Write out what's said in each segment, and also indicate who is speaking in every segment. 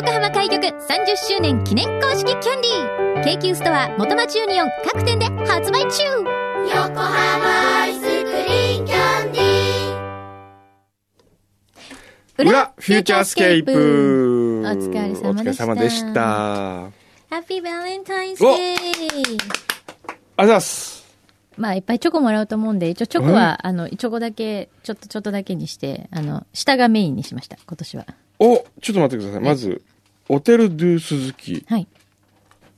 Speaker 1: グ30周年記念公式キャンディー京急ストア元町ユニオン各店で発売中
Speaker 2: 横浜アイスクリーンキャンディ
Speaker 3: 裏フューチャースケープ
Speaker 1: お疲れ様でした
Speaker 3: お疲れ様でした。ありがとう
Speaker 1: ハッピーバレンタインスデー
Speaker 3: ございます。
Speaker 1: まあいっぱいチョコもらうと思うんで、一応チョコは、あの、チョコだけ、ちょっとちょっとだけにして、あの、下がメインにしました、今年は。
Speaker 3: お、ちょっと待ってください。まず、オテル・ドゥ・スズキ。
Speaker 1: はい。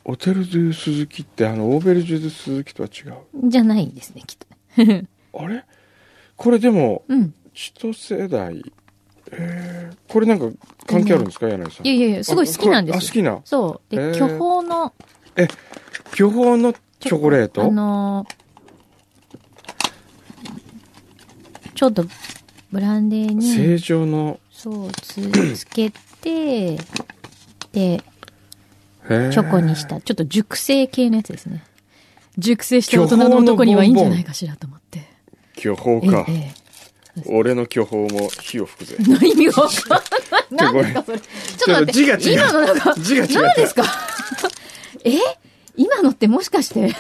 Speaker 3: オテル・ドゥ・スズキって、あの、オーベルジュ・ドゥ・スズキとは違
Speaker 1: じゃないですね、きっと。
Speaker 3: う。あれこれでも、
Speaker 1: うん。
Speaker 3: 千歳台。えー、これなんか関係あるんですか、柳井さん
Speaker 1: いや。いやいや、すごい好きなんですよ。
Speaker 3: あこれあ好きな
Speaker 1: そう。で、
Speaker 3: へー
Speaker 1: 巨峰の、
Speaker 3: 巨峰のチョコレー
Speaker 1: あ
Speaker 3: ト
Speaker 1: のーちょっと、ブランデーに、
Speaker 3: 正常の、
Speaker 1: そう、つ、つけて、で、
Speaker 3: へー
Speaker 1: チョコにした、ちょっと熟成系のやつですね。熟成した大人の男にはいいんじゃないかしらと思って。
Speaker 3: 巨峰か
Speaker 1: え。え
Speaker 3: 俺の巨峰も火を 吹くぜ。
Speaker 1: の意味がわかんない。何
Speaker 3: ごめ
Speaker 1: です
Speaker 3: ん
Speaker 1: か、それ。ちょっと待って。
Speaker 3: ちょっと字が違う
Speaker 1: 今のなんか、
Speaker 3: 字が違った
Speaker 1: 何ですか え今のってもしかして、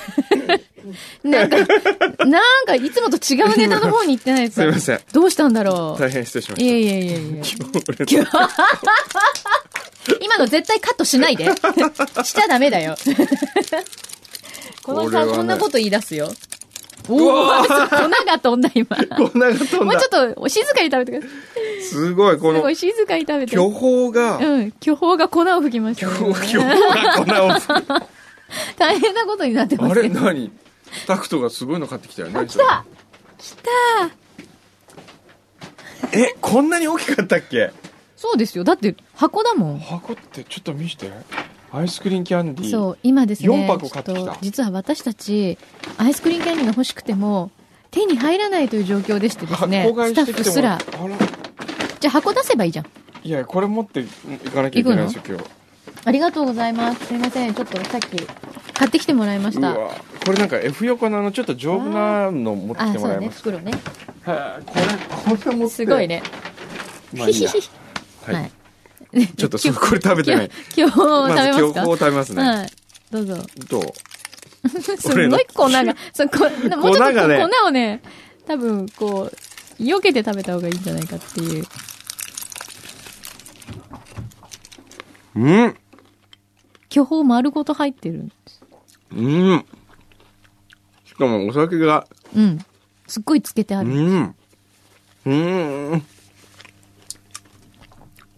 Speaker 1: なんか、なんかいつもと違うネタの方に行ってないですか
Speaker 3: すいません。
Speaker 1: どうしたんだろう
Speaker 3: 大。変失礼しま
Speaker 1: い
Speaker 3: し
Speaker 1: やいやいや いや。
Speaker 3: た。
Speaker 1: 今の絶対カットしない で。しちゃダメだよ。この
Speaker 3: 俺は
Speaker 1: さん、
Speaker 3: ね
Speaker 1: こんなこと言い出すよ。おお、粉が飛んだ今。も
Speaker 3: 粉が
Speaker 1: うちょ
Speaker 3: 飛んだ
Speaker 1: っ。とお静かに食べてください。
Speaker 3: すごい、こ
Speaker 1: すご
Speaker 3: の
Speaker 1: い、静かに食べて。
Speaker 3: 巨峰が、
Speaker 1: うん、巨峰が粉を吹きました、
Speaker 3: 巨
Speaker 1: ね。
Speaker 3: 峰 が粉を。
Speaker 1: 大変なことになってま
Speaker 3: あ
Speaker 1: す
Speaker 3: れ
Speaker 1: けど。
Speaker 3: 何タクトがすごいの買ってきたよね。
Speaker 1: 来た
Speaker 3: え、こんなに大きかったっけ
Speaker 1: そうですよ。だって箱だもん。
Speaker 3: 箱ってちょっと見して。アイスクリーンキャンディー。
Speaker 1: そう、今ですね。
Speaker 3: 四箱買ってきた
Speaker 1: ちょと実は私たち、アイスクリーンキャンディーが欲しくても、手に入らないという状況でしてです
Speaker 3: 箱
Speaker 1: ね、
Speaker 3: 買
Speaker 1: ス
Speaker 3: い
Speaker 1: タ
Speaker 3: して
Speaker 1: ッ
Speaker 3: き
Speaker 1: フ
Speaker 3: て
Speaker 1: す
Speaker 3: もら
Speaker 1: ら
Speaker 3: っ。あら。
Speaker 1: じゃあ箱出せばいいじゃん。
Speaker 3: いや、これ持っていかなきゃいけないんですよ、今日。
Speaker 1: ありがとうございます。すいません。ちょっとさっき、買ってきてもらいまし
Speaker 3: う
Speaker 1: た。
Speaker 3: わこれなんか F 横のあのちょっと丈夫なの持って
Speaker 1: あ、
Speaker 3: きても
Speaker 1: そ
Speaker 3: ら
Speaker 1: う
Speaker 3: い
Speaker 1: ね。
Speaker 3: ます。
Speaker 1: 袋ね。
Speaker 3: はあこれ、これ持って。
Speaker 1: すごい。ね。
Speaker 3: まあいいや
Speaker 1: は
Speaker 3: はい
Speaker 1: い。。
Speaker 3: ちょっとそのこれ食べてない。
Speaker 1: 今日、今日
Speaker 3: まず
Speaker 1: 食べま
Speaker 3: 巨
Speaker 1: すか
Speaker 3: 峰を食べますね。
Speaker 1: はい。どうぞ。
Speaker 3: どう
Speaker 1: すんごい 粉が、そうこもうちょっとこ
Speaker 3: 粉が
Speaker 1: う
Speaker 3: ね
Speaker 1: 粉をね、多分こう、避けて食べた方がいいんじゃないかっていう。
Speaker 3: うん。
Speaker 1: 巨峰丸ごと入ってるんです。
Speaker 3: うん。しかもお酒が、
Speaker 1: うん。すっごいつけてあ
Speaker 3: う
Speaker 1: る。
Speaker 3: ん。うん。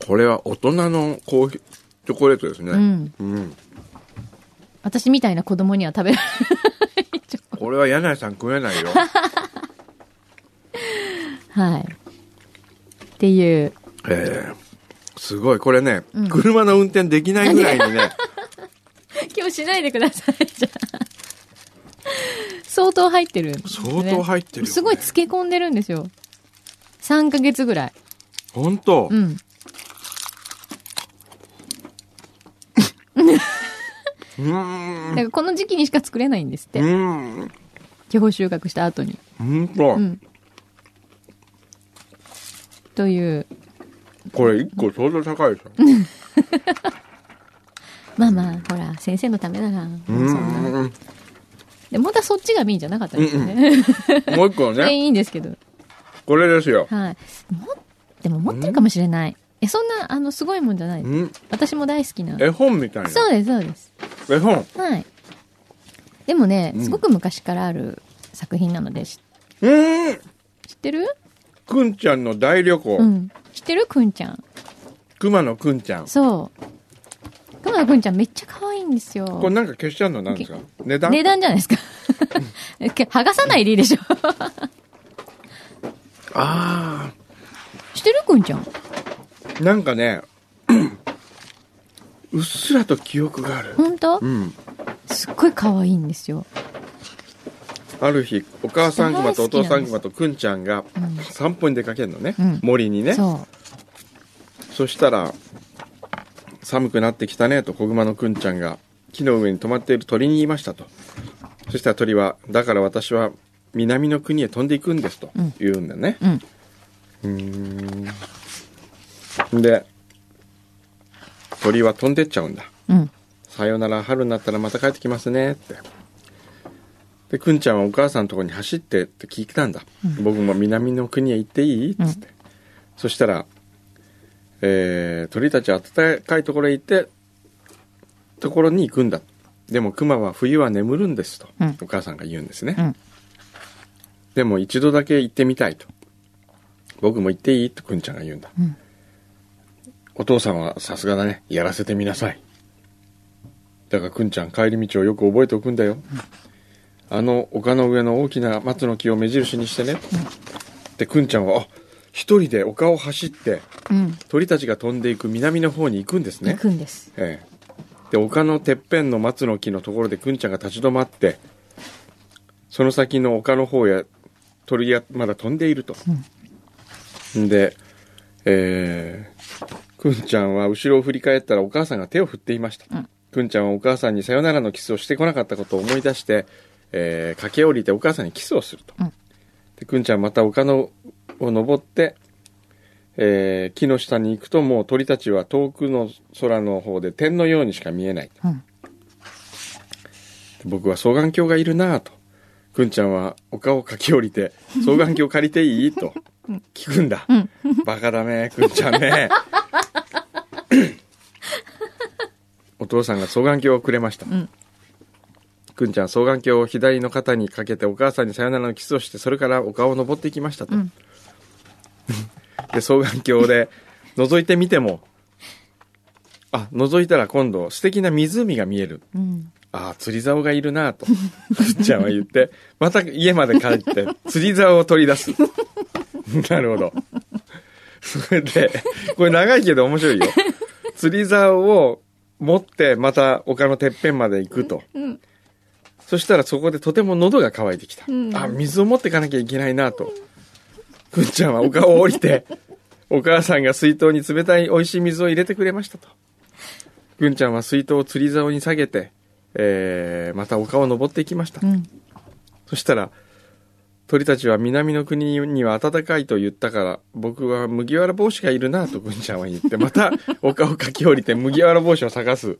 Speaker 3: これは大人のコーヒー、チョコレートです
Speaker 1: う
Speaker 3: ね。
Speaker 1: ん。
Speaker 3: うん。
Speaker 1: 私みたいな子供には食べられない。ちょ
Speaker 3: これは柳井さん食 えないよ。
Speaker 1: はい。っていう。
Speaker 3: ええすごい。これね、
Speaker 1: うん
Speaker 3: 車の運転できないぐらいに ね、
Speaker 1: 今日しないでください。じゃあ相当入ってるんですね、
Speaker 3: 相当入ってるよね
Speaker 1: すごい漬け込んでるんですよ。3ヶ月ぐらい。
Speaker 3: ほんと
Speaker 1: う、ん。
Speaker 3: うー
Speaker 1: だ
Speaker 3: ん
Speaker 1: か。らこの時期にしか作れないんですっ
Speaker 3: う
Speaker 1: て。
Speaker 3: ん。
Speaker 1: 巨峰収穫した後に。
Speaker 3: ほんと
Speaker 1: う。ん。という。
Speaker 3: これ一個相当高いでしょ。
Speaker 1: まあまあ、ほら、先生のためなら。そ
Speaker 3: うん
Speaker 1: な。
Speaker 3: ん。
Speaker 1: で、またそっちがメインじゃなかったんですよね。
Speaker 3: もう一個
Speaker 1: 全
Speaker 3: ね、
Speaker 1: 員いいんですけど。
Speaker 3: これですよ。
Speaker 1: はい。も、でも持ってるかもしれない。え、そんな、あの、すごいもんじゃない。
Speaker 3: うん。
Speaker 1: 私も大好きな。
Speaker 3: 絵本みたいな。
Speaker 1: そうです、そうです。
Speaker 3: 絵本。
Speaker 1: はい。でもね、
Speaker 3: うん
Speaker 1: すごく昔からある作品なので、し
Speaker 3: うん。
Speaker 1: 知ってる
Speaker 3: くんちゃんの大旅行。
Speaker 1: うん。知ってるくんちゃん。
Speaker 3: 熊野くんちゃん。
Speaker 1: そう。くまのくんちゃんめっちゃ可愛いんですよ。
Speaker 3: これなんか消しちゃうのなんですか値段
Speaker 1: 値段じゃないですか。 剥がさないでいいで しょ。
Speaker 3: あ
Speaker 1: 知ってるくんちゃん。
Speaker 3: あ。なんかね、 うっすらと記憶がある。
Speaker 1: ほんと
Speaker 3: うん。
Speaker 1: すっごい可愛いんですよ。
Speaker 3: ある日、お母さん熊とお父さ
Speaker 1: 大好
Speaker 3: ん
Speaker 1: きな
Speaker 3: 熊とくんちゃんが
Speaker 1: うん
Speaker 3: 散歩に出かけるのね。
Speaker 1: うん
Speaker 3: 森にね。
Speaker 1: そ
Speaker 3: そしたら、寒くなってきたねと子熊のくんちゃんが木の上に止まっている鳥に言いましたと。そしたら鳥は、だから私は南の国へ飛んでいくんですと
Speaker 1: うん
Speaker 3: 言うんだね。
Speaker 1: う。うん。
Speaker 3: うーんで、鳥は飛んでっちゃうんだ。
Speaker 1: うん。
Speaker 3: さよなら春になったらまた帰ってきますねって。で、くんちゃんはお母さんのとこに走ってって聞いたんだ。僕も南の国へ行っていいっつって。そしたら、えー鳥たちは暖かいところへ行って、ところに行くんだ。でも熊は冬は眠るんですと、
Speaker 1: うん
Speaker 3: お母さんが言うんですね。
Speaker 1: うん
Speaker 3: でも一度だけ行ってみたいと。僕も行っていいとくんちゃんが言うんだ。
Speaker 1: うん
Speaker 3: お父さんはさすがだね。やらせてみなさい。だからくんちゃん帰り道をよく覚えておくんだよ。あの丘の上の大きな松の木を目印にしてね。で、くんちゃんは、あ、一人で丘を走って、
Speaker 1: うん。
Speaker 3: 鳥たちが飛んでいく南の方に行くんです
Speaker 1: 行
Speaker 3: ね。
Speaker 1: くんです。
Speaker 3: ええ。で、丘のてっぺんの松の木のところでくんちゃんが立ち止まって、その先の丘の方や鳥がまだ飛んでいると。ん、で、えー、くんちゃんは後ろを振り返ったらお母さんが手を振っていました。
Speaker 1: うん
Speaker 3: くんちゃんはお母さんにさよならのキスをしてこなかったことを思い出して、えー、駆け下りてお母さんにキスをすると。
Speaker 1: うん
Speaker 3: で、くんちゃんまた丘のを登って、えー木の下に行くともう鳥たちは遠くの空の方で点のようにしか見えない。
Speaker 1: うん。
Speaker 3: 僕は双眼鏡がいるなぁと。くんちゃんは丘を駆け下りて、双眼鏡借りていいと聞くんだ。バカだね、くんちゃん ね。お父さんが双眼鏡をくれました。
Speaker 1: ん
Speaker 3: くんちゃん双眼鏡を左の肩にかけてお母さんにさよならのキスをして、それから丘を登っていきましたと。
Speaker 1: うん
Speaker 3: で、双眼鏡で覗いてみても、あ、覗いたら今度素敵な湖が見える。
Speaker 1: うん。
Speaker 3: ああ、釣り竿がいるなぁと、 ふっちゃんは言って、また家まで帰って、釣り竿を取り出す。 なるほど。それで、これ長いけど面白 いよ。釣り竿を持って、また丘のてっぺんまで行くと。
Speaker 1: ん
Speaker 3: そしたらそこでとても喉が渇いてきた。
Speaker 1: うん
Speaker 3: あ、水を持っていかなきゃいけないなぁと。ふっちゃんは丘を降りて、お母さんが水筒に冷たい美味しい水を入れてくれましたと。ぐんちゃんは水筒を釣り竿に下げて、えー、また丘を登っていきました。
Speaker 1: うん。
Speaker 3: そしたら、鳥たちは南の国には暖かいと言ったから、僕は麦わら帽子がいるなとぐんちゃんは言って、また丘を駆け下りて麦わら帽子を探す。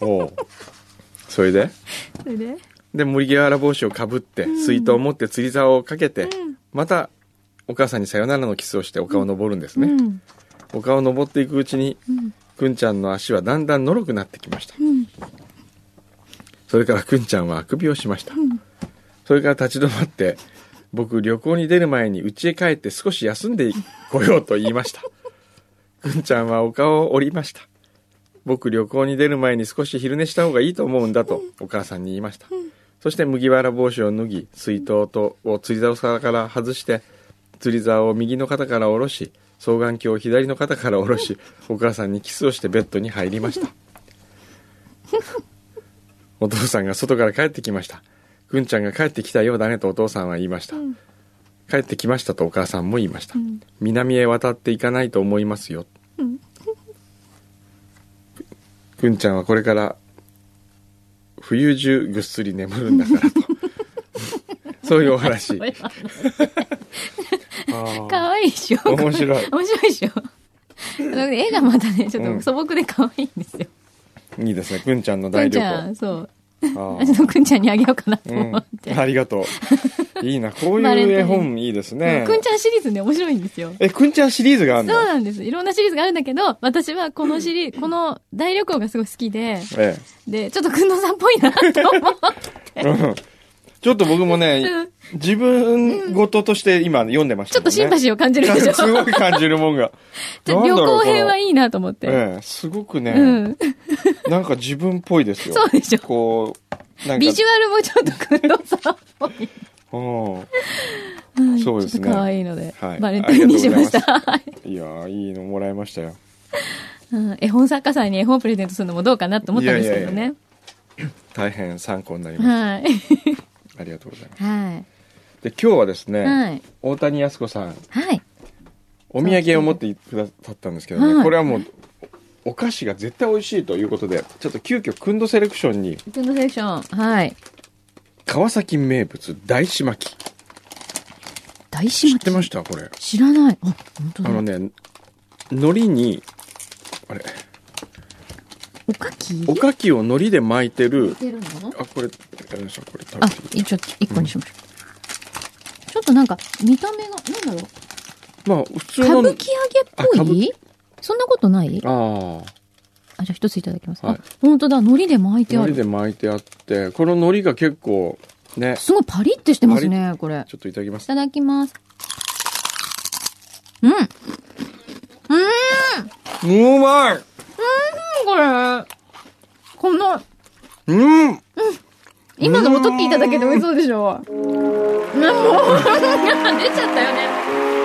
Speaker 3: おうそれで
Speaker 1: それで
Speaker 3: で、麦わら帽子をかぶって、水筒を持って釣り竿をかけて、また、お母さんにさよならのキスをして丘を登るんですね。
Speaker 1: うん。
Speaker 3: 丘を登っていくうちに、
Speaker 1: ん
Speaker 3: くんちゃんの足はだんだんのろくなってきました、
Speaker 1: ん
Speaker 3: それからくんちゃんはあくびをしました、それから立ち止まって僕旅行に出る前に家へ帰って少し休んでこようと言いましたくんちゃんは丘を降りました僕旅行に出る前に少し昼寝した方がいいと思うんだとお母さんに言いました、そして麦わら帽子を脱ぎ水筒とを釣り竿から外して釣り竿を右の肩から下ろし双眼鏡を左の肩から下ろしお母さんにキスをしてベッドに入りましたお父さんが外から帰ってきましたくんちゃんが帰ってきたようだねとお父さんは言いました、帰ってきましたとお母さんも言いました、南へ渡っていかないと思いますよ、くんちゃんはこれから冬中ぐっすり眠るんだからと そういうお話
Speaker 1: これは
Speaker 3: あ
Speaker 1: かわいいでしょ
Speaker 3: 面白
Speaker 1: 面
Speaker 3: い
Speaker 1: 白いでしょなんかね絵がまたね、ちょっ
Speaker 3: うん
Speaker 1: と素朴で可愛いんですよ。
Speaker 3: ーいいですねくんちゃんの
Speaker 1: く
Speaker 3: 大
Speaker 1: ん
Speaker 3: 旅
Speaker 1: ち
Speaker 3: 行
Speaker 1: ゃん、 そう。
Speaker 3: あ
Speaker 1: 私
Speaker 3: ー
Speaker 1: のくんちゃんにあげようかなと
Speaker 3: うん
Speaker 1: 思って。
Speaker 3: ありがとういいなこう
Speaker 1: バレン
Speaker 3: いう
Speaker 1: タイン
Speaker 3: 絵本いいです ね
Speaker 1: くんちゃんシリーズね、面白いんですよ。
Speaker 3: えくんちゃんシリーズがある
Speaker 1: そう
Speaker 3: の
Speaker 1: なんです。いろんなシリーズがあるんだけど、私はこのシリー、この大旅行がすごい好きで、
Speaker 3: え
Speaker 1: で、ちょっとくんのさんっぽいなと思って。
Speaker 3: えうんちょっと僕もね
Speaker 1: うん
Speaker 3: 自分事として今読んでまし
Speaker 1: ちょ
Speaker 3: た
Speaker 1: っとシンパ
Speaker 3: シ
Speaker 1: シーを感じるで しょ。
Speaker 3: すごい感じるも んが
Speaker 1: ちょっと旅行編はい
Speaker 3: い
Speaker 1: いなと思って。
Speaker 3: ええすごくね、
Speaker 1: うん。
Speaker 3: なんか自分っぽいです よ
Speaker 1: そうでしょ
Speaker 3: こうなんか
Speaker 1: ビジュアルもちょっとくんのさんっぽい。
Speaker 3: うんそうで
Speaker 1: ち
Speaker 3: す
Speaker 1: ょっと可
Speaker 3: ね
Speaker 1: 愛いので、
Speaker 3: はい
Speaker 1: バレンタインにしました。
Speaker 3: いやーいいのもらいましたよ
Speaker 1: うん絵本作家さんに絵本プレゼントするのもどうかなと思ったんですけど
Speaker 3: いやい
Speaker 1: ね。
Speaker 3: 大変参考になりました、
Speaker 1: はい。
Speaker 3: ありがとうございます
Speaker 1: はい。
Speaker 3: で今日はですね、
Speaker 1: はい。
Speaker 3: 大谷康子さん
Speaker 1: はい。
Speaker 3: お土産を持ってくださったんですけどね、
Speaker 1: はい
Speaker 3: これはもうお菓子が絶対美味しいということでちょっと急遽くんどセレクションに
Speaker 1: くんのセレクション。はい。
Speaker 3: 川崎名物大島巻き
Speaker 1: 大島
Speaker 3: 知
Speaker 1: 知
Speaker 3: ってましたこれ
Speaker 1: 知らない。あ、本当
Speaker 3: あ
Speaker 1: だ。
Speaker 3: のね海苔にあれ
Speaker 1: おかき
Speaker 3: おかきを海苔で巻いてる
Speaker 1: てるの
Speaker 3: あこれあれでしょこれ食べ
Speaker 1: あ
Speaker 3: ていい、
Speaker 1: 一応、一個にしましょう。ちょっとなんか、見た目が、なんだろ
Speaker 3: まあ普通
Speaker 1: う。歌
Speaker 3: の
Speaker 1: 舞伎揚げ
Speaker 3: あ歌
Speaker 1: っぽ
Speaker 3: 舞
Speaker 1: いそんなことない
Speaker 3: ああ
Speaker 1: あ、じゃあ一ついただきます。
Speaker 3: はい
Speaker 1: あ、本当だ、海苔で巻いて
Speaker 3: 海
Speaker 1: あ
Speaker 3: 苔
Speaker 1: る。
Speaker 3: で巻いてあってこの海苔が結構ね
Speaker 1: すごいパリってしてますね、これ。
Speaker 3: ちょっといただきま
Speaker 1: い
Speaker 3: す
Speaker 1: ただきます。うん。うん、
Speaker 3: うまい
Speaker 1: これ。この、
Speaker 3: うん
Speaker 1: 今の音聞いただけで美味しそうでしょ。ね、もう、出ちゃったよね。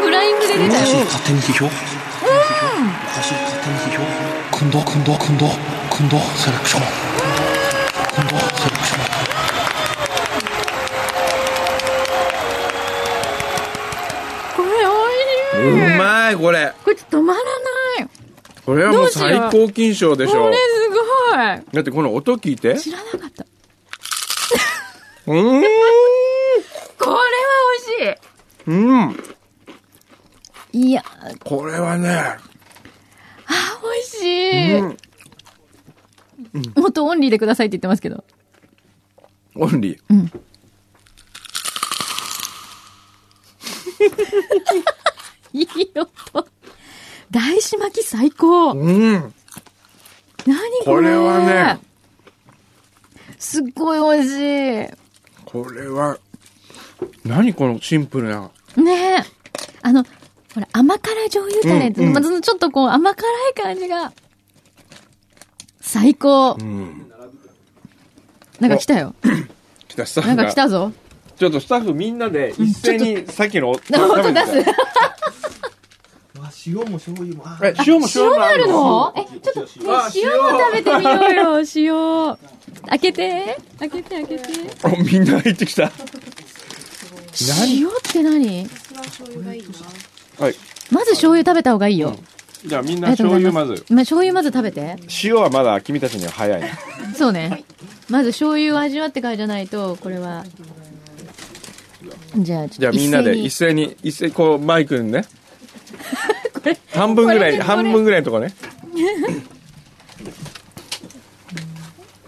Speaker 1: フライングで
Speaker 4: お
Speaker 1: 出た
Speaker 4: かしい
Speaker 1: よ。
Speaker 4: 勝手に批評おかしい勝手に批評くんどくんどくんどくんどセレクションくんどセレクション
Speaker 1: これ美
Speaker 3: う
Speaker 1: 味しい。
Speaker 3: まいこれ
Speaker 1: これ止まらない。
Speaker 3: これはも
Speaker 1: ど
Speaker 3: う
Speaker 1: うしよう
Speaker 3: 最高金賞でし
Speaker 1: こ
Speaker 3: ょ
Speaker 1: れすごい。
Speaker 3: だってこの音聞いて
Speaker 1: 知らなかった。
Speaker 3: うーん
Speaker 1: これは美味し
Speaker 3: うん
Speaker 1: い。いや、
Speaker 3: これはね
Speaker 1: 美味しい。
Speaker 3: うん
Speaker 1: もっとオンリーでくださいって言ってますけど。
Speaker 3: オンリー
Speaker 1: うん。いい音。大師巻き最高。
Speaker 3: うん
Speaker 1: 何これ
Speaker 3: これはね。
Speaker 1: すっごい美味しい。
Speaker 3: これは何このシンプルな
Speaker 1: ねえ。あの、ほら、甘辛醤油タレって、
Speaker 3: うんうん
Speaker 1: まあそのちょっとこう甘辛い感じが、最高。
Speaker 3: うん
Speaker 1: なんか来たよ。
Speaker 3: 来たスタッ
Speaker 1: なんか
Speaker 3: フ
Speaker 1: 来
Speaker 3: が
Speaker 1: たぞ。
Speaker 3: ちょっとスタッフみんなで一斉にさっきの音
Speaker 1: なるほど、出
Speaker 3: 食
Speaker 1: す
Speaker 3: べて。
Speaker 4: 塩も醤油もあ
Speaker 3: たえ塩も
Speaker 1: 塩もあるの
Speaker 3: の
Speaker 1: え、ちょっと、ね
Speaker 3: あ、
Speaker 1: 塩も食べてみようよ、塩。開けて。開けて、開けて。
Speaker 3: おみんな入ってきた
Speaker 1: 塩って何
Speaker 3: はい
Speaker 1: まず醤油食べた方がいいよ。
Speaker 3: じゃあみん
Speaker 1: あり
Speaker 3: な
Speaker 1: がとうご
Speaker 3: 醤
Speaker 1: ざい
Speaker 3: 油
Speaker 1: ま。
Speaker 3: ますず
Speaker 1: まあ、醤油まず食べて。
Speaker 3: 塩はまだ君たちには早いな
Speaker 1: そうね。まず醤油を味わってからじゃないと、これは。じゃあ、ち
Speaker 3: じ
Speaker 1: ょ
Speaker 3: ゃ
Speaker 1: っ
Speaker 3: あ
Speaker 1: と
Speaker 3: み
Speaker 1: 一斉に。
Speaker 3: んなで一斉に、一斉にこうマイクにね。半分ぐら
Speaker 1: これ
Speaker 3: い、
Speaker 1: これ
Speaker 3: 半分ぐらいのとこね。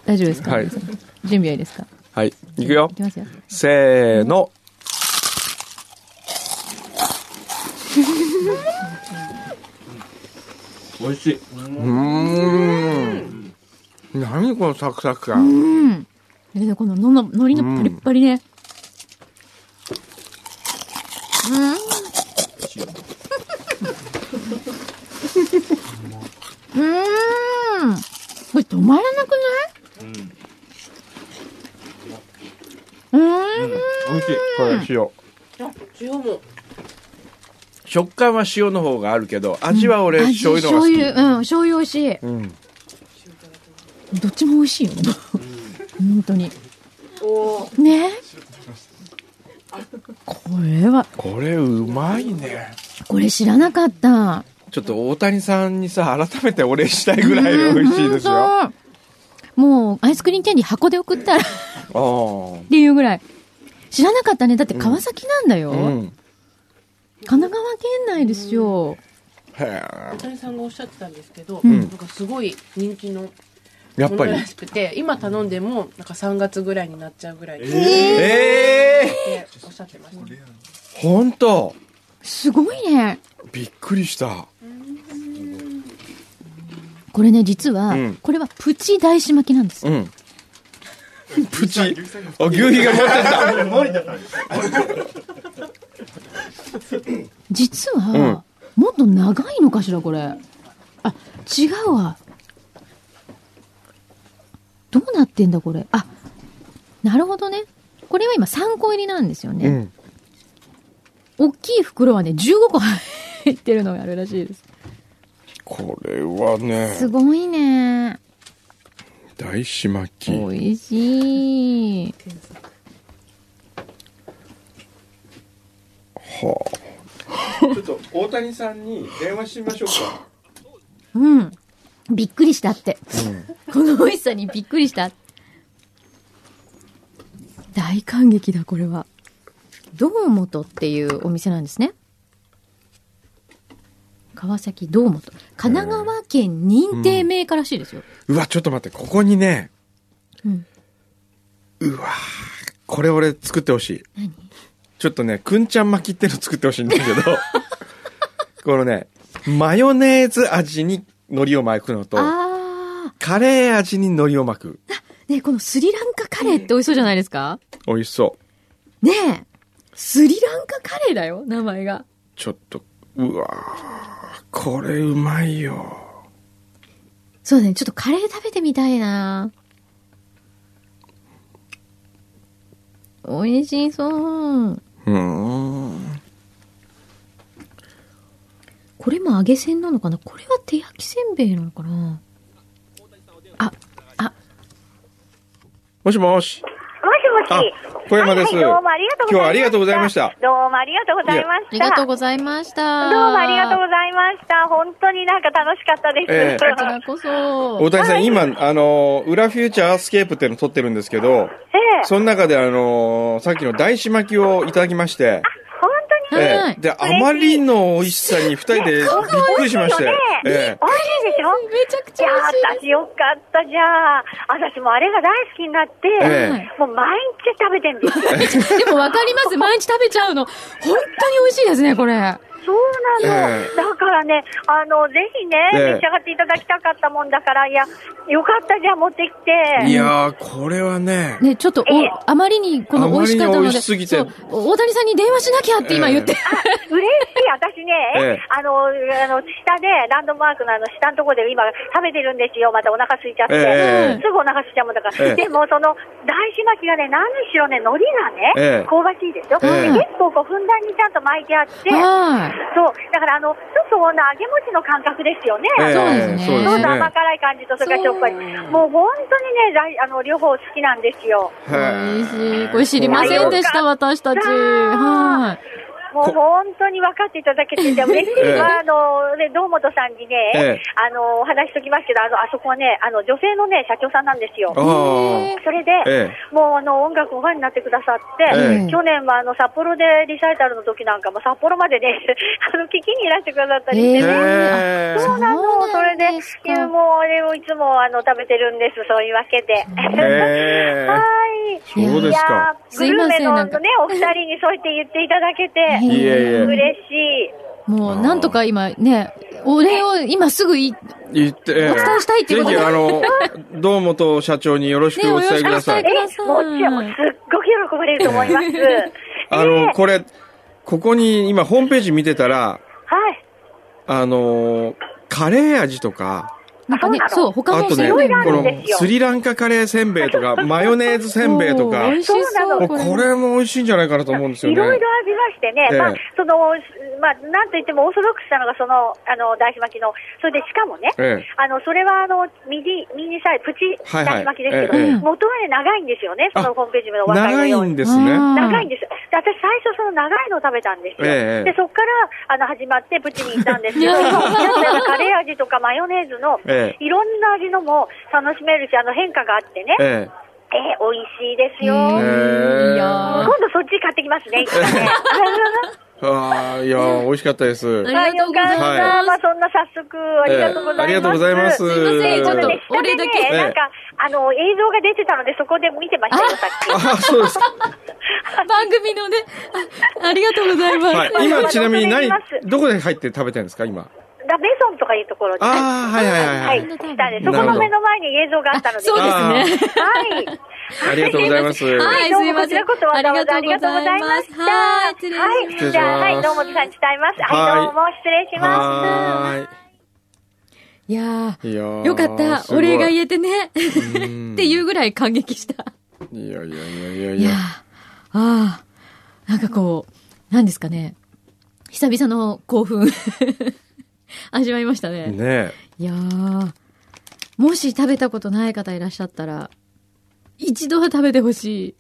Speaker 1: 大丈夫ですか、
Speaker 3: はい。
Speaker 1: 準備はいいですか
Speaker 3: はい。いくよ
Speaker 1: い。きますよ。
Speaker 3: せーの。
Speaker 4: 美味しいう
Speaker 3: ーん。何このサクサク
Speaker 1: う
Speaker 3: 感。
Speaker 1: ん。でね、こののの、海苔のパリッパリね。うん。うーん。これ止まらなくないうん。う
Speaker 3: 美味しい。これ塩。
Speaker 5: 塩も
Speaker 3: 食感は塩の方があるけど、味は俺
Speaker 1: ーん。
Speaker 3: 醤油の
Speaker 1: 醤
Speaker 3: 方が
Speaker 1: 油、うん、醤油美味し
Speaker 3: 好き。うん。
Speaker 1: い。どっちも美味しいよね。本当に。
Speaker 5: お
Speaker 1: ねこれは、
Speaker 3: これうまいね。
Speaker 1: これ知らなかった。
Speaker 3: ちょっと大谷さんにさ、改めてお礼したいぐらいの美味しいですよ。あ
Speaker 1: うん。そうもう、アイスクリームキャンディー箱で送ったらっ
Speaker 3: あー。
Speaker 1: ていうぐらい。知らなかったね。だって川崎なんだよ。
Speaker 3: うん。
Speaker 1: 神奈川県内ですよ。
Speaker 3: へえ。
Speaker 5: 谷さんがおっしゃってたんですけど、
Speaker 1: ん
Speaker 5: なんかすごい人気の
Speaker 3: やっ
Speaker 5: もの
Speaker 3: ぱり
Speaker 5: ら。しくて今頼んでもなんか3月ぐらいになっちゃうぐらいって
Speaker 3: ええ
Speaker 5: おっしゃってました、
Speaker 3: ー。ほんと。
Speaker 1: すごいね。
Speaker 3: びっくりした。
Speaker 1: これね、実は、
Speaker 3: うん
Speaker 1: これはプチ大師巻きなんです。
Speaker 3: うん。プチ。あ、牛皮が持ってった。
Speaker 1: 実は、もっと長いのかしら、これ。あ、違うわ。どうなってんだ、これ。あ、なるほどね。これは今3個入りなんですよね。
Speaker 3: うん。
Speaker 1: 大きい袋はね、15個入ってるのがあるらしいです。
Speaker 3: これはね、
Speaker 1: すごいね。
Speaker 3: 大しまき。
Speaker 1: 美味しい。
Speaker 3: ちょっと大谷さんに電話してみましょうか。
Speaker 1: うん。びっくりしたって。この美味しさにびっくりした。大感激だ、これは。どうもとっていうお店なんですね。神川崎どうもと。神奈川県認定名家らしいですよ。
Speaker 3: うわ、ちょっと待って、ここにね、
Speaker 1: うん。
Speaker 3: これ俺作ってほしい。
Speaker 1: 何
Speaker 3: ちょっとね、くんちゃん巻きっての作ってほしいんだけど、 このね、マヨネーズ味に海苔を巻くのと、
Speaker 1: あ
Speaker 3: カレー味に海苔を巻く。
Speaker 1: ー。ねえこのスリランカカレーって美味しそうじゃないですか
Speaker 3: 美味しそう。
Speaker 1: ねえ。スリランカカレーだよ、名前が。
Speaker 3: ちょっと、うわーこれうまいよ。
Speaker 1: そうだね、ちょっとカレー食べてみたいな美味しそう。
Speaker 3: うーん。
Speaker 1: これも揚げせんなのかなこれは手焼きせんべいなのかなあ、あ、
Speaker 3: もしもし。
Speaker 6: もしも
Speaker 3: あ
Speaker 6: し。、
Speaker 3: 小山です。
Speaker 6: はいはいどうもありがとうございました。
Speaker 3: 今日はありがとうございました。
Speaker 6: どうもありがとうございました。
Speaker 1: ありがとうございました。
Speaker 6: どうもありがとうございました。本当になんか楽しかったです。
Speaker 3: ええ
Speaker 1: こちらこそ
Speaker 3: 大。谷さん、今、あのー、裏フューチャーアースケープっていうのを撮ってるんですけど、
Speaker 6: ええ
Speaker 3: その中で、あのー、さっきの大島巻きをいただきまして、
Speaker 6: 本当に。
Speaker 1: はい
Speaker 3: ええで、あまりの美味しさに二人でびっくりしましたよ。
Speaker 6: 美味しい
Speaker 3: ええ
Speaker 6: でしょ
Speaker 1: めちゃく
Speaker 6: い
Speaker 1: ちゃ
Speaker 6: や
Speaker 1: 美味しい
Speaker 6: ー、私よかったじゃあ。私もあれが大好きになって、
Speaker 3: え
Speaker 6: もう毎日食べてんですよ。
Speaker 1: です。でもわかります。毎日食べちゃうの。本当に美味しいですね、これ。
Speaker 6: そうなの、
Speaker 3: ええ
Speaker 6: だからね、あの、ぜひね、
Speaker 3: ええ
Speaker 6: 召し上がっていただきたかったもんだから、いや、よかったじゃあ持ってきて。
Speaker 3: いやー、これはね、
Speaker 1: ね、ちょっとお
Speaker 6: ええ、
Speaker 1: あまりにこの美味しかった
Speaker 3: あまりに
Speaker 1: ので、
Speaker 3: 美味しすぎて
Speaker 1: そう大谷さんに電話しなきゃって今言って。
Speaker 6: 嬉しい、私
Speaker 3: ええ
Speaker 6: ね、あの、あの、下で、ランドマークのあの、下のところで今食べてるんですよ。またお腹空いちゃって。
Speaker 3: ええ
Speaker 6: すぐお腹空いちゃうもんだから。
Speaker 3: ええ
Speaker 6: でも、その、大師巻きがね、何しろね、海苔が
Speaker 3: ええ
Speaker 6: ね、香ばしいでしょ、
Speaker 3: ええ
Speaker 6: で結構こう、ふんだんにちゃんと巻いてあっ
Speaker 1: は
Speaker 6: て、そう、だからあの、ちょっとこの揚げ餅の感覚ですよね。
Speaker 3: ええ
Speaker 1: そうですね
Speaker 3: そうで
Speaker 6: ど
Speaker 3: す
Speaker 6: うぞ
Speaker 3: ね。
Speaker 6: 甘辛い感じと、それからしょっぱい。
Speaker 1: そう
Speaker 6: もう本当にね、大あの、両方好きなんですよ。
Speaker 1: い。美味しい。これ知りませんでした、私たち。は
Speaker 6: もう本当に分かっていただけて て、嬉しい
Speaker 3: ええ
Speaker 6: わ、あの、ね、堂本さんに
Speaker 3: ええ
Speaker 6: ね、あの、お話しときますけど、あの、あそこはね、あの、女性のね、社長さんなんですよ。
Speaker 3: あ
Speaker 6: それで、
Speaker 3: え
Speaker 6: もうあの、音楽をファンになってくださって、
Speaker 3: ええ
Speaker 6: 去年はあの、札幌でリサイタルの時なんかも、札幌までね、 あの、聞きにいらしてくださったりし
Speaker 1: え
Speaker 6: て
Speaker 3: ー
Speaker 6: ね。
Speaker 3: え
Speaker 6: そうなの、それで、いやもう、あれをいつも、あの、食べてるんです、そういうわけで。
Speaker 3: ーえ
Speaker 6: は
Speaker 3: ー
Speaker 6: い。
Speaker 3: そう
Speaker 6: い
Speaker 3: です
Speaker 6: や
Speaker 3: か。
Speaker 6: ーグルメの
Speaker 1: すいませんなんか
Speaker 6: ね、お二人にそうやって言っていただけて、
Speaker 1: い。
Speaker 3: いえいえ。
Speaker 6: 嬉しい。
Speaker 1: もう、なんとか今ね、お礼を今すぐい、
Speaker 3: 言って、ええ
Speaker 1: お伝えしたいって
Speaker 3: ぜ
Speaker 1: こと
Speaker 3: ひ、
Speaker 1: で
Speaker 3: あの、堂本社長によろしくお伝えください
Speaker 1: ね。
Speaker 6: え、もちろん、すっごく喜ばれると思います。
Speaker 3: あ
Speaker 6: え
Speaker 3: の、
Speaker 6: え
Speaker 3: これ、ここに今ホームページ見てたら、
Speaker 6: はい。
Speaker 3: あのーカレー味とか、
Speaker 1: なんかね、
Speaker 6: あ
Speaker 1: そう、他
Speaker 3: あ
Speaker 1: の
Speaker 3: と
Speaker 1: せ
Speaker 3: ね、
Speaker 1: ん
Speaker 3: こ
Speaker 1: べい
Speaker 6: あるん
Speaker 3: の
Speaker 6: ですよ
Speaker 3: スリランカカレーせんべいとか、マヨネーズせんべいとか、
Speaker 1: 美味しそ
Speaker 3: も
Speaker 1: う。
Speaker 3: うこれも美味しいんじゃないかなと思うんですよ
Speaker 6: い
Speaker 3: ね。
Speaker 6: ろいろ味ましてね、
Speaker 3: ええ
Speaker 6: まあ、その、まあ、なんといってもオーソドックスなのが、その、あの、大師巻きの、それでしかもね、
Speaker 3: ええ
Speaker 6: あの、それは、あの、ミニ、ミニサイズ、プチ
Speaker 3: はいはい
Speaker 6: 大師巻きですけど、
Speaker 3: ええ
Speaker 6: 元はね、長いんですよね、そ
Speaker 3: あ
Speaker 6: のホームページのお分かりの
Speaker 3: 長
Speaker 6: よう
Speaker 3: い
Speaker 6: に
Speaker 3: ん。ですね。
Speaker 6: 長いんです。で私、最初、その長いのを食べたんですよ。
Speaker 3: ええ
Speaker 6: で、そこから、あの、始まって、プチに行ったんです けど、今おっしゃったようなカレー味とかマヨネーズの、
Speaker 3: ええ
Speaker 6: いろんな味のも楽しめるし、あの、変化があってね、え
Speaker 3: え
Speaker 6: え美味しいですよ。
Speaker 3: え
Speaker 1: いや
Speaker 6: 今度そっち買ってきますね、いつかね。
Speaker 3: えああ、いやー、美味しかったです。
Speaker 1: ありがとうございます
Speaker 6: はよかったまあ、そんな早速、ありがとうございます。
Speaker 3: ありがとうございます。
Speaker 1: すいませんちょっと
Speaker 6: ね、下で
Speaker 1: 俺だけ
Speaker 6: ね、なんか、あの、映像が出てたので、そこで見てましたよ、さっき。
Speaker 3: あ、そうですか。
Speaker 1: 番組のね、あありがとうございます。
Speaker 3: はい。今ちなみに何、どこで入って食べてるんですか、今。
Speaker 6: ラベソンとかいうところで。
Speaker 3: ああ、はいはいはいは。
Speaker 6: はいい、したね。そこの目の前に映像があったので。
Speaker 1: そうですね。
Speaker 6: はい。
Speaker 3: ありがとうございます。
Speaker 1: はい、すいません。
Speaker 6: どうもこちらこそわざわざありがとうございました。
Speaker 1: はい、失礼します。
Speaker 3: 失礼します
Speaker 6: じゃあ、はい、どうもさん伝えます。
Speaker 3: は
Speaker 6: はいい、どうも、失礼します。
Speaker 3: はい
Speaker 1: や
Speaker 3: い。いや
Speaker 1: ー、
Speaker 3: ー
Speaker 1: よかった。
Speaker 3: すご
Speaker 1: お
Speaker 3: い
Speaker 1: 礼が言えてね。
Speaker 3: う ん
Speaker 1: っていうぐらい感激した。
Speaker 3: いやいやいやいやい
Speaker 1: いやー
Speaker 3: や。、
Speaker 1: あー、なんかこう、なんですかね。久々の興奮。 味わいましたね。
Speaker 3: ね
Speaker 1: いやー、もし食べたことない方いらっしゃったら、一度は食べてほしい。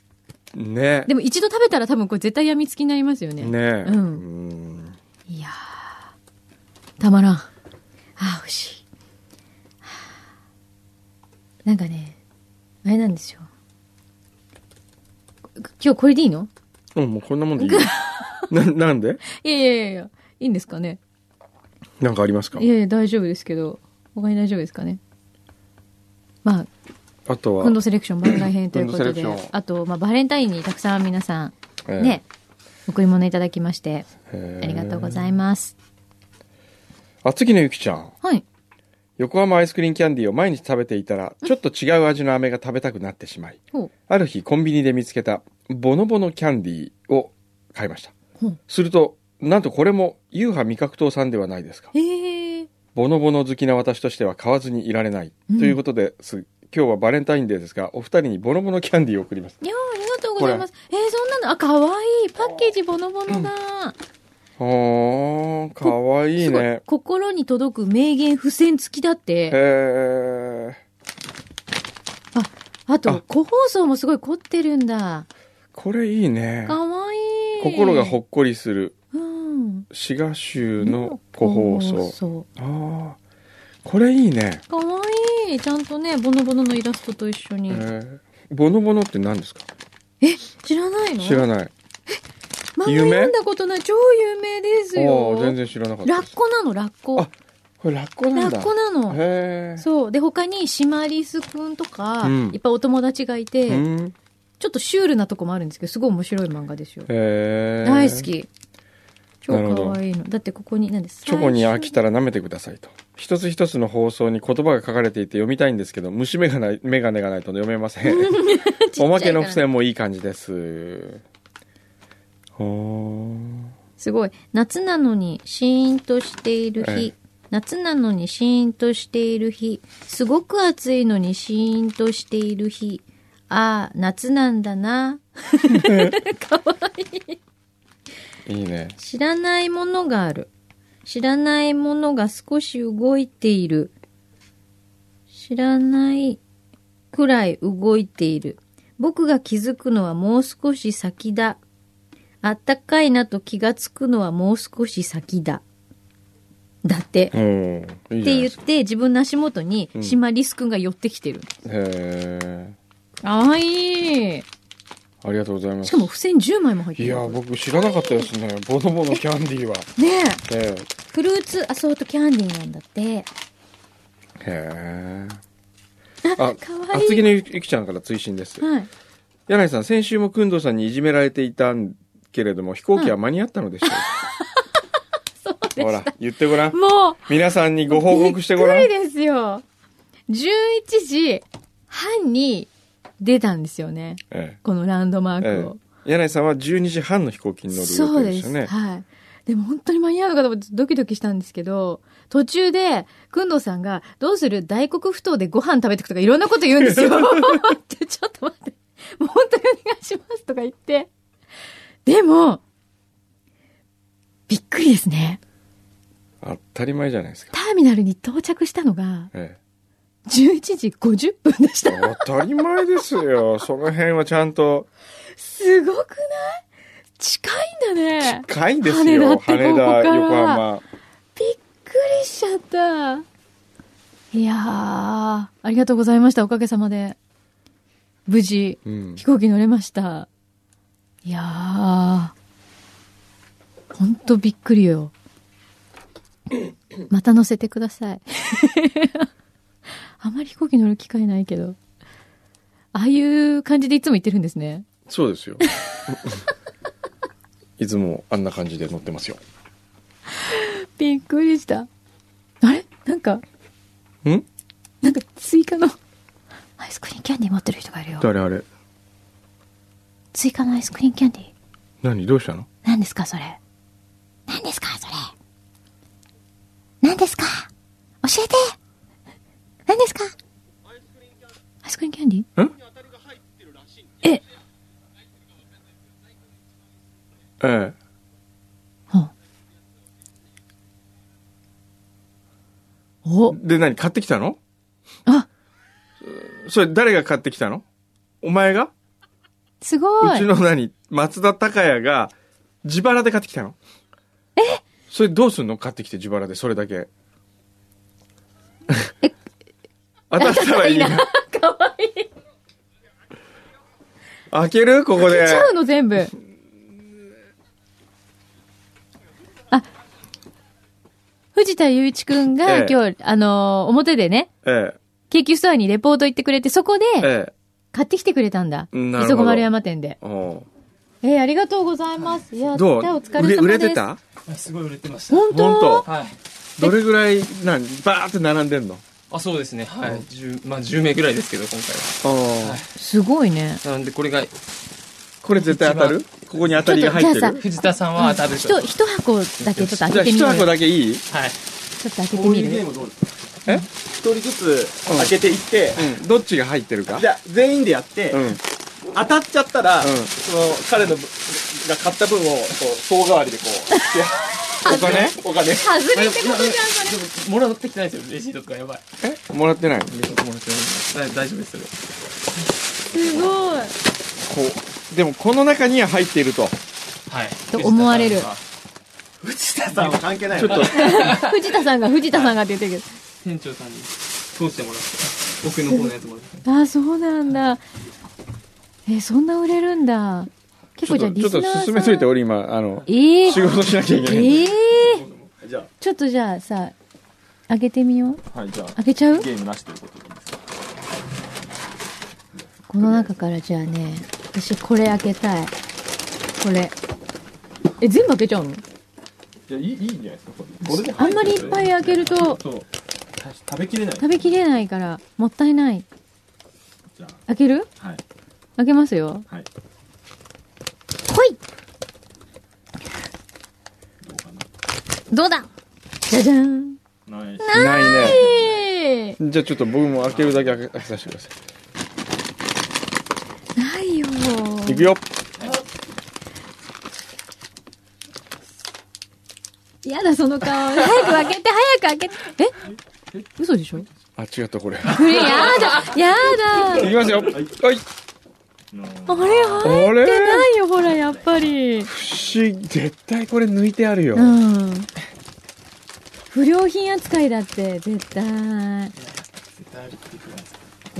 Speaker 3: え。ね
Speaker 1: でも一度食べたら多分これ絶対病みつきになりますよね。
Speaker 3: え。ねえ。
Speaker 1: うん
Speaker 3: ん。
Speaker 1: いやー、たまらん。ああ、美味しい。はあなんかね、あれなんですよ。く今日これでいいの
Speaker 3: うん、もうこんなもんでいいよ。な、なんで
Speaker 1: いやいやいやいや、いいんですかね。
Speaker 3: なんかありますか
Speaker 1: いやいや、大丈夫ですけど、他に大丈夫ですかね。まあ、
Speaker 3: あとは
Speaker 1: 今度セレクション番外編ということ
Speaker 3: くんど
Speaker 1: で
Speaker 3: セレクション、
Speaker 1: あと、まあ、バレンタインにたくさん皆さん、
Speaker 3: ええ
Speaker 1: ね、贈り物いただきまして、
Speaker 3: へ
Speaker 1: あ
Speaker 3: ー
Speaker 1: りがとうございます。
Speaker 3: 厚木のゆきちゃん
Speaker 1: はい。
Speaker 3: 横浜アイスクリーンキャンディーを毎日食べていたらちょっと違う味の飴が食べたくなってしまい
Speaker 1: ほう。
Speaker 3: ある日コンビニで見つけたボノボノキャンディーを買いました
Speaker 1: うん
Speaker 3: するとなんとこれも優派味覚糖さんではないですか
Speaker 1: へえ。
Speaker 3: ボノボノ好きな私としては買わずにいられない、
Speaker 1: うん
Speaker 3: ということです今日はバレンタインデーですがお二人にボノボノキャンディーを送ります
Speaker 1: いやーありがとうございます。えー、そんなの、あ、かわいい。パッケージボノボノだ。
Speaker 3: はあかわいい
Speaker 1: すご
Speaker 3: ね
Speaker 1: 心に届く名言付箋付きだっ
Speaker 3: へ
Speaker 1: て。
Speaker 3: え
Speaker 1: あ、あと
Speaker 3: あ、
Speaker 1: 個包装もすごい凝ってるんだ。
Speaker 3: これいいね
Speaker 1: かわいい。
Speaker 3: 心がほっこりする
Speaker 1: うん。
Speaker 3: 滋賀州の個包
Speaker 1: 個
Speaker 3: 装
Speaker 1: 装
Speaker 3: ああこれいいね、
Speaker 1: かわいい。ちゃんとね、ボノボノのイラストと一緒に。
Speaker 3: えーボノボノって何ですか
Speaker 1: 知らないの
Speaker 3: 知らない
Speaker 1: 漫画
Speaker 3: 有名
Speaker 1: 読んだことない。超有名です
Speaker 3: お
Speaker 1: よ。
Speaker 3: ー全然知らなかった
Speaker 1: ラ
Speaker 3: です
Speaker 1: ッコなの、ラッコ
Speaker 3: あ。これラッコな
Speaker 1: ラ
Speaker 3: んだ
Speaker 1: ッコなの。
Speaker 3: へえ
Speaker 1: そう。で、他にシマリスくんとか、
Speaker 3: うん
Speaker 1: いっぱいお友達がいて、
Speaker 3: うん
Speaker 1: ちょっとシュールなとこもあるんですけど、すごい面白い漫画ですよ。
Speaker 3: へえ
Speaker 1: 大好き。超
Speaker 3: なるほど
Speaker 1: 可愛いの。だってここに、何です
Speaker 3: チョコに飽きたら舐めてくださいと。一つ一つの放送に言葉が書かれていて読みたいんですけど、虫眼鏡眼鏡がないと読め ません。おまけの付箋もいい感じです。ほ
Speaker 1: すごい。夏なのにシーンとしている
Speaker 3: え
Speaker 1: 日
Speaker 3: え。
Speaker 1: 夏なのにシーンとしている日。すごく暑いのにシーンとしている日。ああ、夏なんだな。かわいい。
Speaker 3: ーいいね。
Speaker 1: 知らないものがある。知らないものが少し動いている。知らないくらい動いている。僕が気づくのはもう少し先だ。あったかいなと気がつくのはもう少し先だ。だって。
Speaker 3: おーいい
Speaker 1: って言っ
Speaker 3: じゃないですか
Speaker 1: て自分の足元に
Speaker 3: うん
Speaker 1: シマリスくんが寄ってきてる。
Speaker 3: へえ。
Speaker 1: かわいい。
Speaker 3: ありがとうございま
Speaker 1: し
Speaker 3: す
Speaker 1: か。も付箋10枚も入って
Speaker 3: い
Speaker 1: る。
Speaker 3: や、僕知らなかったですね。ボノボノキャンディーは。
Speaker 1: ねえ。
Speaker 3: え
Speaker 1: フルーツアソートキャンディーなんだって。
Speaker 3: えへえ。
Speaker 1: あ
Speaker 3: あ、
Speaker 1: かわいい
Speaker 3: 厚。木のゆきちゃんから追伸です。
Speaker 1: はい。
Speaker 3: 柳井さん、先週も工藤さんにいじめられていたんけれども、飛行機は間に合ったのでしょうか、
Speaker 1: そう
Speaker 3: ほら、言ってごらん。
Speaker 1: もう、
Speaker 3: 皆さんにご報告して
Speaker 1: び
Speaker 3: ご
Speaker 1: っ
Speaker 3: ら
Speaker 1: くり。
Speaker 3: ん
Speaker 1: ですよ。11時半に出たんですよね。
Speaker 3: え
Speaker 1: このランドマ
Speaker 3: え
Speaker 1: ー
Speaker 3: え
Speaker 1: クを。
Speaker 3: え、柳井さんは12時半の飛行機に乗る予
Speaker 1: そう
Speaker 3: 定で
Speaker 1: で
Speaker 3: した
Speaker 1: す。
Speaker 3: ね。
Speaker 1: はい。でも本当に間に合うのかと思ってドキドキしたんですけど、途中で、くんどうさんが、どうする大黒ふ頭でご飯食べてくとかいろんなこと言うんです よ。ってちょっと待って。もう本当にお願いしますとか言って。でも、びっくりですね。
Speaker 3: 当たり前じゃないですか。
Speaker 1: ターミナルに到着したのが、
Speaker 3: え
Speaker 1: 11時50分でした
Speaker 3: え、。当たり前です よ。その辺はちゃんと、
Speaker 1: すごくない近いんだね。
Speaker 3: かいですよ。
Speaker 1: 羽田って
Speaker 3: 羽
Speaker 1: ここから
Speaker 3: 田、横浜。
Speaker 1: びっくりしちゃった。いやー、ありがとうございました。おかげさまで。無事、
Speaker 3: うん
Speaker 1: 飛。行機乗れました。いやー、ほんとびっくり よ。また乗せてください。 あまり飛行機乗る機会ないけど。ああいう感じでいつも行ってるんですね。
Speaker 3: そうですよ。 いつもあんな感じで乗ってますよ。
Speaker 1: びっくりした。あれなんか、
Speaker 3: ん
Speaker 1: なんか追加のアイスクリーンキャンディー持ってる人がいるよ。
Speaker 3: 誰あれ
Speaker 1: 追加のアイスクリーンキャンディー。
Speaker 3: 何どうしたの
Speaker 1: 何ですかそれ。何ですかそれ。何ですか教えて何ですかアイスクリーンキャンディーえ、
Speaker 3: ええ。
Speaker 1: はあお、
Speaker 3: で、何買ってきたの
Speaker 1: あ、
Speaker 3: それ誰が買ってきたのお前が
Speaker 1: すご
Speaker 3: う
Speaker 1: い
Speaker 3: ちの何松田孝也が自腹で買ってきたのえそれどうすんの買ってきて自腹でそれだけ。 当たったらい いな。
Speaker 1: かわいい。
Speaker 3: 開けるここで
Speaker 1: ち。ゃうの全部。あ、藤藤田雄一くんが、
Speaker 3: ええ
Speaker 1: 今日、あのー表でね、
Speaker 3: え
Speaker 1: 京急ストアにレポート行ってくれて、そこで、
Speaker 3: え、ええ。
Speaker 1: 買ってきてくれたんだ。
Speaker 3: なるほど
Speaker 1: 磯子丸山店で。
Speaker 3: おう
Speaker 1: えーありがとうございます。いや、
Speaker 3: どう
Speaker 1: お疲れ様
Speaker 3: 売
Speaker 1: で
Speaker 3: れ
Speaker 1: す。
Speaker 3: 売れてた
Speaker 7: すごい売れてました。
Speaker 1: 本当
Speaker 3: 本
Speaker 7: はい。
Speaker 3: 当どれぐらい、なん、バーって並んでんの
Speaker 7: あ、そうですね。はい。10、まあ10名ぐらいですけど、今回は。
Speaker 3: おう
Speaker 1: すごいね。
Speaker 7: なんで、これが、
Speaker 3: これ絶対当たるここに当たりが入って
Speaker 1: ちょっと
Speaker 3: る
Speaker 7: 藤田さんは当たる
Speaker 1: ひと、
Speaker 7: と。
Speaker 1: 一箱だけちょっと開
Speaker 3: じゃあ
Speaker 1: けてみ
Speaker 3: 一
Speaker 1: る。
Speaker 3: 箱だけいい
Speaker 7: はい。
Speaker 1: ちょっと開けてみる。
Speaker 8: ムどうですか
Speaker 3: え
Speaker 8: 一人ずつ開けていって、
Speaker 3: うん。どっちが入ってるか
Speaker 8: じゃあ全員でやって、
Speaker 3: うん。
Speaker 8: 当たっちゃったら、
Speaker 3: うん
Speaker 8: その彼のぶが買った分をこう総代わりでこうお金お金
Speaker 1: 外れってことじゃん、それ。
Speaker 7: でも、もらってきてないですよ。レシートとかやばい。
Speaker 3: えもらってないこ
Speaker 7: レシートもらってない。だ大丈夫です、そ
Speaker 1: すごい。
Speaker 3: う。でもこの中には入っていると。
Speaker 7: れ。はい。
Speaker 1: と思われる
Speaker 7: 藤田さ
Speaker 8: 藤田さ
Speaker 7: んは
Speaker 8: んは関係ない
Speaker 3: ちょっと、
Speaker 1: 藤田さんが、藤田さんがって言ってるけ
Speaker 7: 店長さんに通してもらって、奥の方のやつも らって。
Speaker 1: ど。あー、そうなんだ。えーそんな売れるんだ。結構
Speaker 3: ちょっ
Speaker 1: じゃあ
Speaker 3: と、
Speaker 1: リ
Speaker 3: ちょ
Speaker 1: ス
Speaker 3: っ
Speaker 1: ナー
Speaker 3: と
Speaker 1: さん。
Speaker 3: 進めといて、俺今、あの、
Speaker 1: ええ
Speaker 3: 仕事しなきゃいけない。
Speaker 1: ええ
Speaker 8: じゃ
Speaker 1: ちょっとじゃあさ、開けてみよう。
Speaker 8: あはいじゃあ
Speaker 1: 開けちゃう
Speaker 8: ゲームなしということでいいですか
Speaker 1: この中からじゃあね、私これ開けたい。これ。え、全部開けちゃうの
Speaker 8: じゃあいいいいんじゃないですかこれこれで
Speaker 1: あんまりいっぱい開けると
Speaker 8: そうた食べきれない
Speaker 1: 食べきれないから、もったいない。
Speaker 8: じゃ
Speaker 1: 開ける
Speaker 8: あはい
Speaker 1: 開けますよ。
Speaker 8: はい
Speaker 1: ほいどうだじゃじゃん
Speaker 8: ナイス
Speaker 3: ないね。
Speaker 1: えー
Speaker 3: じゃあちょっと僕も開けるだけ開け開けさせてくださ
Speaker 1: ないよ
Speaker 3: い。いくよ。
Speaker 1: やだその顔。早く開けて、早く開けて。え嘘でしょ
Speaker 3: あ、違った、こ れ。い
Speaker 1: これやだやだ
Speaker 3: きますよ。はい。
Speaker 1: あれ入ってないよ、ほら、やっぱり。
Speaker 3: 不思議。絶対これ抜いてあるよ。
Speaker 1: うん。不良品扱いだって、絶対。よ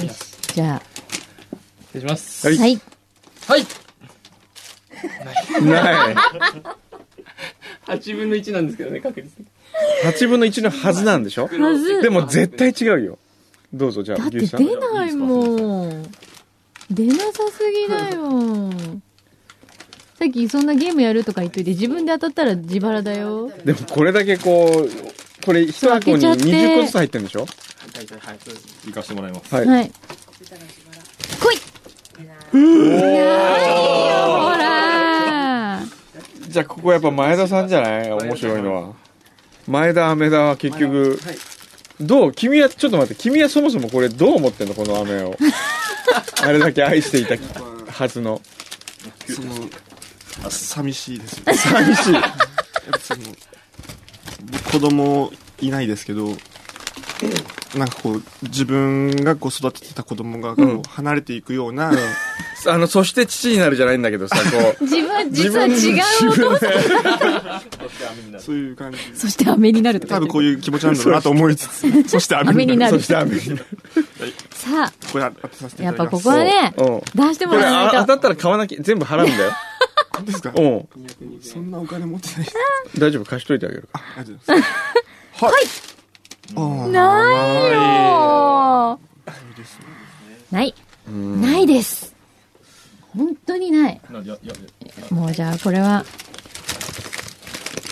Speaker 1: し、じゃ
Speaker 7: 失礼します。
Speaker 1: あ。はい。
Speaker 7: はい。
Speaker 3: ない。
Speaker 7: 8分の1なんですけどね、確率的に。
Speaker 3: 8分の1のはずなんでしょ
Speaker 1: はず。
Speaker 3: でも絶対違うよ。どうぞ、じゃ
Speaker 1: だ
Speaker 3: あ、
Speaker 1: って
Speaker 3: 牛さ
Speaker 1: 出
Speaker 3: ん。
Speaker 1: ないもん。出なさすぎだよ。さっきそんなゲームやるとか言っといて、自分で当たったら自腹だよ。
Speaker 3: でもこれだけこう、これ一
Speaker 1: 開
Speaker 3: 箱
Speaker 1: け
Speaker 3: に
Speaker 1: ちゃって
Speaker 3: 20個ずつ入ってるんでしょ
Speaker 7: 大体、はい、そうです。
Speaker 8: 行かしてもらいます
Speaker 3: はい。
Speaker 1: はい。来いないよ、ほら
Speaker 3: じゃあここやっぱ前田さんじゃない面白いのは。前田、飴田は結局、どう君は、ちょっと待って、君はそもそもこれどう思ってんのこの飴 を。あれだけ愛していたはずの。
Speaker 9: そのあ寂しいです よ
Speaker 3: 寂しい。
Speaker 9: やっぱその僕子供いないですけどなんかこう自分がこう育ててた子供がこう、離れていくような、
Speaker 3: あの、そして父になるじゃないんだけどさ、こ
Speaker 1: 自分、実は違うお父さん。
Speaker 9: そういう感じ
Speaker 1: そして飴になるとか
Speaker 9: 多
Speaker 1: 言っ
Speaker 9: 分
Speaker 1: て
Speaker 9: こういう気持ちなんだろうなと思いつつ そして雨
Speaker 1: 飴に
Speaker 9: にな
Speaker 1: な
Speaker 9: る
Speaker 3: う、
Speaker 1: る
Speaker 3: そし。て飴になる。
Speaker 1: さあ、
Speaker 9: これ当てさせてい
Speaker 1: や
Speaker 9: た
Speaker 1: っ
Speaker 9: だ
Speaker 1: ぱ
Speaker 9: きます
Speaker 1: ここはね、
Speaker 3: うん。
Speaker 1: 出しても
Speaker 3: これ
Speaker 1: らわ
Speaker 3: あ
Speaker 1: ない
Speaker 3: 当た
Speaker 1: と。
Speaker 3: ったら買わなきゃ、全部払うんだよ。
Speaker 9: 本当ですか
Speaker 3: うん。
Speaker 9: そんなお金持ってないです
Speaker 3: 大丈夫、貸しといてあげるか
Speaker 9: あありがとうございますはいあー
Speaker 1: ないよない。ないです。本当にない。もうじゃあこれは、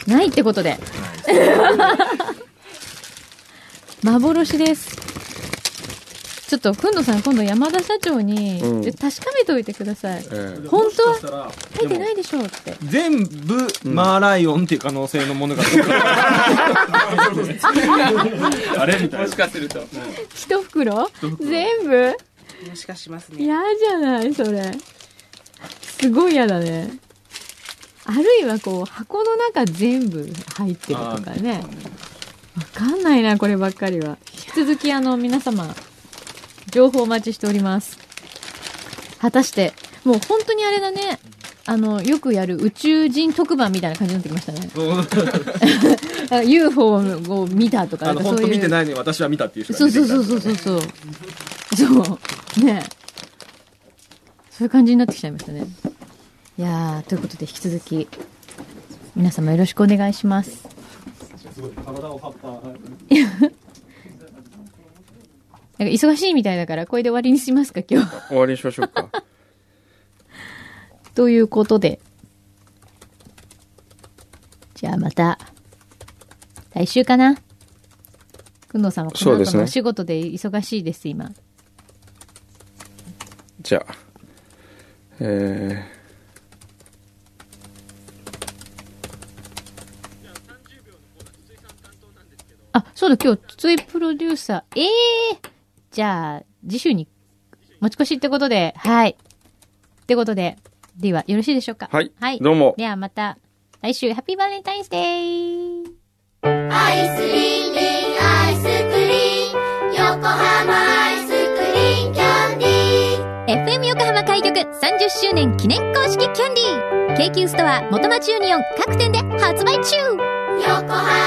Speaker 1: ないってことで。幻です。ちょっと、くんのさん、今度山田社長に、
Speaker 3: うん
Speaker 1: 確かめておいてください。
Speaker 3: ら。ええ
Speaker 1: 本当は
Speaker 8: したら
Speaker 1: 書いてないでしょうって。
Speaker 8: 全部マーライオンっていう可能性のものが、
Speaker 7: あれみたいな。もしかすると。
Speaker 1: 一袋全部
Speaker 5: もしかしますね。
Speaker 1: 嫌じゃないそれ。すごい嫌だね。あるいはこう、箱の中全部入ってるとかね。わかんないな、こればっかりは。引き続き、あの、皆様、情報お待ちしております。果たして、もう本当にあれだね。あの、よくやる宇宙人特番みたいな感じになってきましたね。 あ UFO を見たとか、
Speaker 8: あ
Speaker 1: な
Speaker 8: の
Speaker 1: んかそう
Speaker 8: 本
Speaker 1: い
Speaker 8: 当
Speaker 1: う
Speaker 8: 見てないのに私は見たっていう人
Speaker 1: そ
Speaker 8: が
Speaker 1: う
Speaker 8: 出て
Speaker 1: そ
Speaker 8: き
Speaker 1: う
Speaker 8: た
Speaker 1: そうそうそうそう。そう。ねえそういう感じになってきちゃいましたね。いやー、ということで引き続き、皆様よろしくお願いします。
Speaker 8: 体を張った
Speaker 1: なんか忙しいみたいだから、これで終わりにしますか、今日。
Speaker 3: 終わりにしましょうか。
Speaker 1: ということで。じゃあまた、来週かな。くんどうさんはこ
Speaker 3: そう
Speaker 1: の
Speaker 3: です
Speaker 1: 後
Speaker 3: ね
Speaker 1: のお仕事で忙しいです、今。
Speaker 3: じゃあ、え
Speaker 1: あ、そうだ、今日、筒井プロデューサー。ええじゃあ、次週に持ち越しってことで、はい。ってことで、D はよろしいでしょうか
Speaker 3: はいどうも
Speaker 1: ではまた、来週、ハッピーバレンタインスデー
Speaker 2: アイスリンリンアイスクリーン横浜アイスクリーンキャンディー
Speaker 10: FM 横浜開局30周年記念公式キャンディー京急ストア元町ユニオン各店で発売中
Speaker 2: 横浜